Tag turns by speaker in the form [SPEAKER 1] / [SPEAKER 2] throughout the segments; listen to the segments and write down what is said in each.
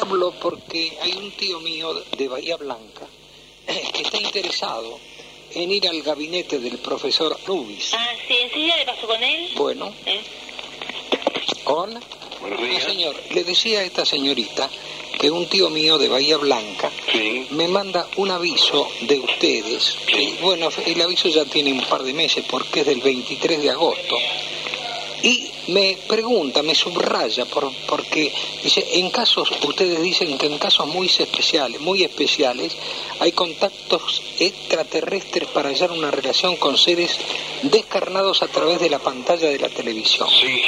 [SPEAKER 1] hablo porque hay un tío mío de Bahía Blanca eh, que está interesado en ir al gabinete del profesor Rubis.
[SPEAKER 2] Ah, sí, enseguida le paso con él.
[SPEAKER 1] Bueno,
[SPEAKER 2] ¿Eh?
[SPEAKER 1] hola.
[SPEAKER 3] Buenos
[SPEAKER 1] No,
[SPEAKER 3] días.
[SPEAKER 1] señor, le decía a esta señorita que un tío mío de Bahía Blanca
[SPEAKER 3] Sí.
[SPEAKER 1] me manda un aviso de ustedes. Y, bueno, el aviso ya tiene un par de meses porque es del 23 de agosto. Y me pregunta, me subraya, por- porque dice, en casos, ustedes dicen que en casos muy especiales, muy especiales, hay contactos extraterrestres para hallar una relación con seres descarnados a través de la pantalla de la televisión.
[SPEAKER 3] Sí.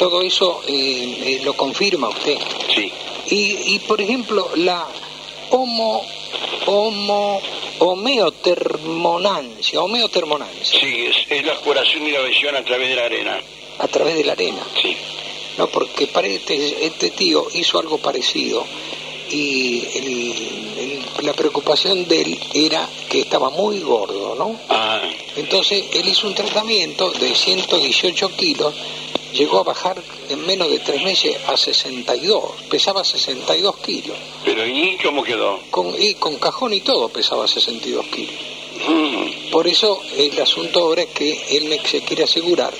[SPEAKER 1] Todo eso eh, eh, lo confirma usted.
[SPEAKER 3] Sí.
[SPEAKER 1] Y, y, por ejemplo, la homo, homo, homeotermonancia, homeotermonancia,
[SPEAKER 3] Sí, es, es la curación y la visión a través de la arena.
[SPEAKER 1] a través de la arena,
[SPEAKER 3] Sí.
[SPEAKER 1] ¿no? Porque parece este, este tío hizo algo parecido y el- el- la preocupación de él era que estaba muy gordo, ¿no?
[SPEAKER 3] Ah,
[SPEAKER 1] Entonces él hizo un tratamiento de 118 kilos, llegó a bajar en menos de tres meses a 62, pesaba 62 kilos,
[SPEAKER 3] pero ¿y cómo quedó?
[SPEAKER 1] con, y con cajón y todo pesaba 62 kilos.
[SPEAKER 3] Mm,
[SPEAKER 1] Por eso el asunto ahora es que él me- se quiere asegurar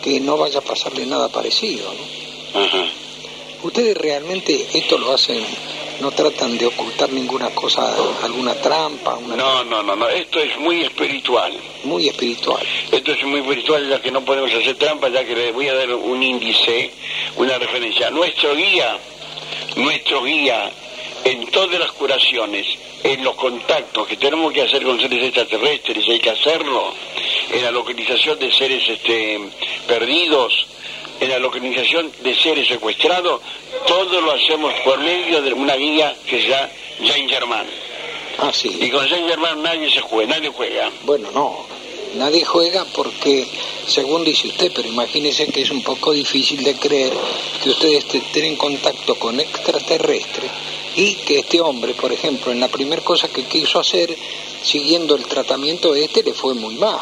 [SPEAKER 1] que no vaya a pasarle nada parecido. ¿no?
[SPEAKER 3] Ajá.
[SPEAKER 1] Ustedes realmente esto lo hacen, no tratan de ocultar ninguna cosa, alguna trampa, una
[SPEAKER 3] No, no, no, no. Esto es muy espiritual.
[SPEAKER 1] muy espiritual.
[SPEAKER 3] Esto es muy espiritual, ya que no podemos hacer trampa, ya que les voy a dar un índice, una referencia. Nuestro guía, nuestro guía en todas las curaciones, en los contactos que tenemos que hacer con seres extraterrestres, hay que hacerlo, en la localización de seres este, perdidos, en la localización de seres secuestrados, todo lo hacemos por medio de una guía que se llama Jane Germán.
[SPEAKER 1] Ah,
[SPEAKER 3] Y
[SPEAKER 1] sí.
[SPEAKER 3] con Jane Germán nadie se juega, nadie juega.
[SPEAKER 1] Bueno, no. Nadie juega porque, según dice usted, pero imagínese que es un poco difícil de creer que ustedes te- tienen contacto con extraterrestres y que este hombre, por ejemplo, en la primera cosa que quiso hacer, siguiendo el tratamiento este, le fue muy mal.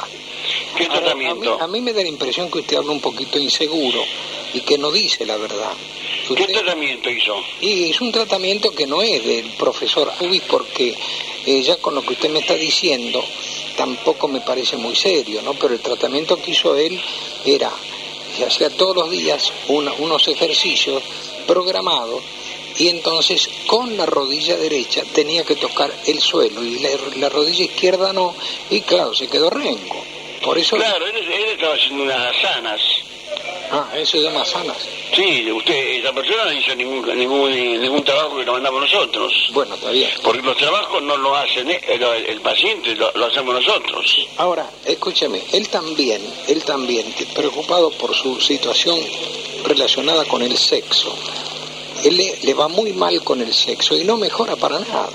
[SPEAKER 3] ¿Qué
[SPEAKER 1] Ahora,
[SPEAKER 3] tratamiento?
[SPEAKER 1] A mí, a mí me da la impresión que usted habla un poquito inseguro y que no dice la verdad.
[SPEAKER 3] ¿Qué
[SPEAKER 1] Usted-
[SPEAKER 3] tratamiento hizo?
[SPEAKER 1] y es un tratamiento que no es del profesor Ubis porque eh, ya con lo que usted me está diciendo tampoco me parece muy serio, ¿no? Pero el tratamiento que hizo él era, se hacía todos los días una- unos ejercicios programados y entonces con la rodilla derecha tenía que tocar el suelo y la, la rodilla izquierda no y claro, se quedó rengo. Por eso...
[SPEAKER 3] Claro, él, él estaba haciendo unas asanas.
[SPEAKER 1] Ah, eso de manzanas.
[SPEAKER 3] Sí, usted, esa persona no hizo ningún, ningún, ningún trabajo que lo mandamos nosotros.
[SPEAKER 1] Bueno, está bien.
[SPEAKER 3] Porque los trabajos no lo hacen eh, el, el paciente, lo, lo hacemos nosotros.
[SPEAKER 1] Ahora, escúcheme, él también, él también, que preocupado por su situación relacionada con el sexo. Él le, le va muy mal con el sexo y no mejora para nada.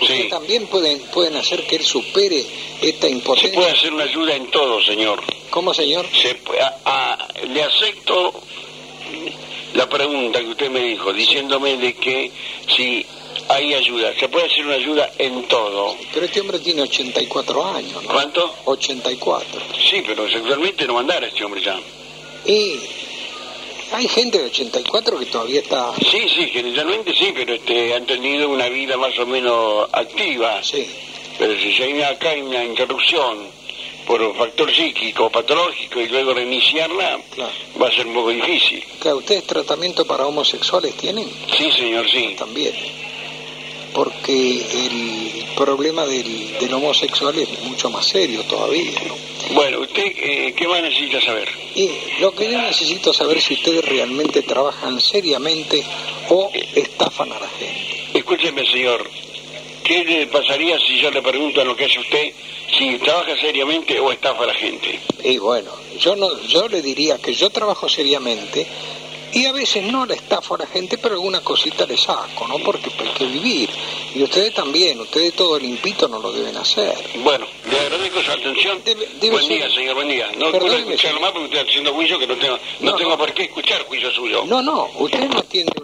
[SPEAKER 1] Usted
[SPEAKER 3] Sí.
[SPEAKER 1] también pueden, pueden hacer que él supere esta
[SPEAKER 3] Se
[SPEAKER 1] impotencia.
[SPEAKER 3] puede hacer una ayuda en todo, señor.
[SPEAKER 1] ¿Cómo, señor?
[SPEAKER 3] Se pu- a- a- le acepto la pregunta que usted me dijo, diciéndome de que si hay ayuda, se puede hacer una ayuda en todo.
[SPEAKER 1] Pero este hombre tiene 84 años, ¿no?
[SPEAKER 3] ¿Cuánto?
[SPEAKER 1] 84.
[SPEAKER 3] Sí, pero sexualmente no va a andar este hombre ya.
[SPEAKER 1] Y hay gente de 84 que todavía está...
[SPEAKER 3] Sí, sí, generalmente sí, pero este, han tenido una vida más o menos activa.
[SPEAKER 1] Sí,
[SPEAKER 3] Pero si hay una, acá hay una interrupción por un factor psíquico, patológico, y luego reiniciarla,
[SPEAKER 1] claro.
[SPEAKER 3] va a ser un poco difícil.
[SPEAKER 1] Claro, ¿Ustedes tratamiento para homosexuales tienen?
[SPEAKER 3] Sí, señor, sí.
[SPEAKER 1] también, porque el problema del, del homosexual es mucho más serio todavía. ¿no?
[SPEAKER 3] Bueno, ¿usted eh, qué más necesita saber?
[SPEAKER 1] Y lo que yo necesito saber es si ustedes realmente trabajan seriamente o estafan a la gente.
[SPEAKER 3] Escúcheme, señor. ¿Qué le pasaría si yo le pregunto a lo que hace usted si trabaja seriamente o estafa a la gente?
[SPEAKER 1] Y bueno, yo no, yo le diría que yo trabajo seriamente y a veces no le estafo a la gente, pero alguna cosita le saco, ¿no? Porque hay que vivir. Y ustedes también, ustedes todo limpito no lo deben hacer.
[SPEAKER 3] Bueno, le agradezco su atención.
[SPEAKER 1] Debe- debe
[SPEAKER 3] buen
[SPEAKER 1] ser-
[SPEAKER 3] día, señor, buen día. No
[SPEAKER 1] Perdóneme,
[SPEAKER 3] puedo escucharlo
[SPEAKER 1] señor.
[SPEAKER 3] más porque estoy haciendo juicio que no tengo, no
[SPEAKER 1] No,
[SPEAKER 3] tengo
[SPEAKER 1] no.
[SPEAKER 3] por qué escuchar juicio suyo.
[SPEAKER 1] No, no, usted no atiende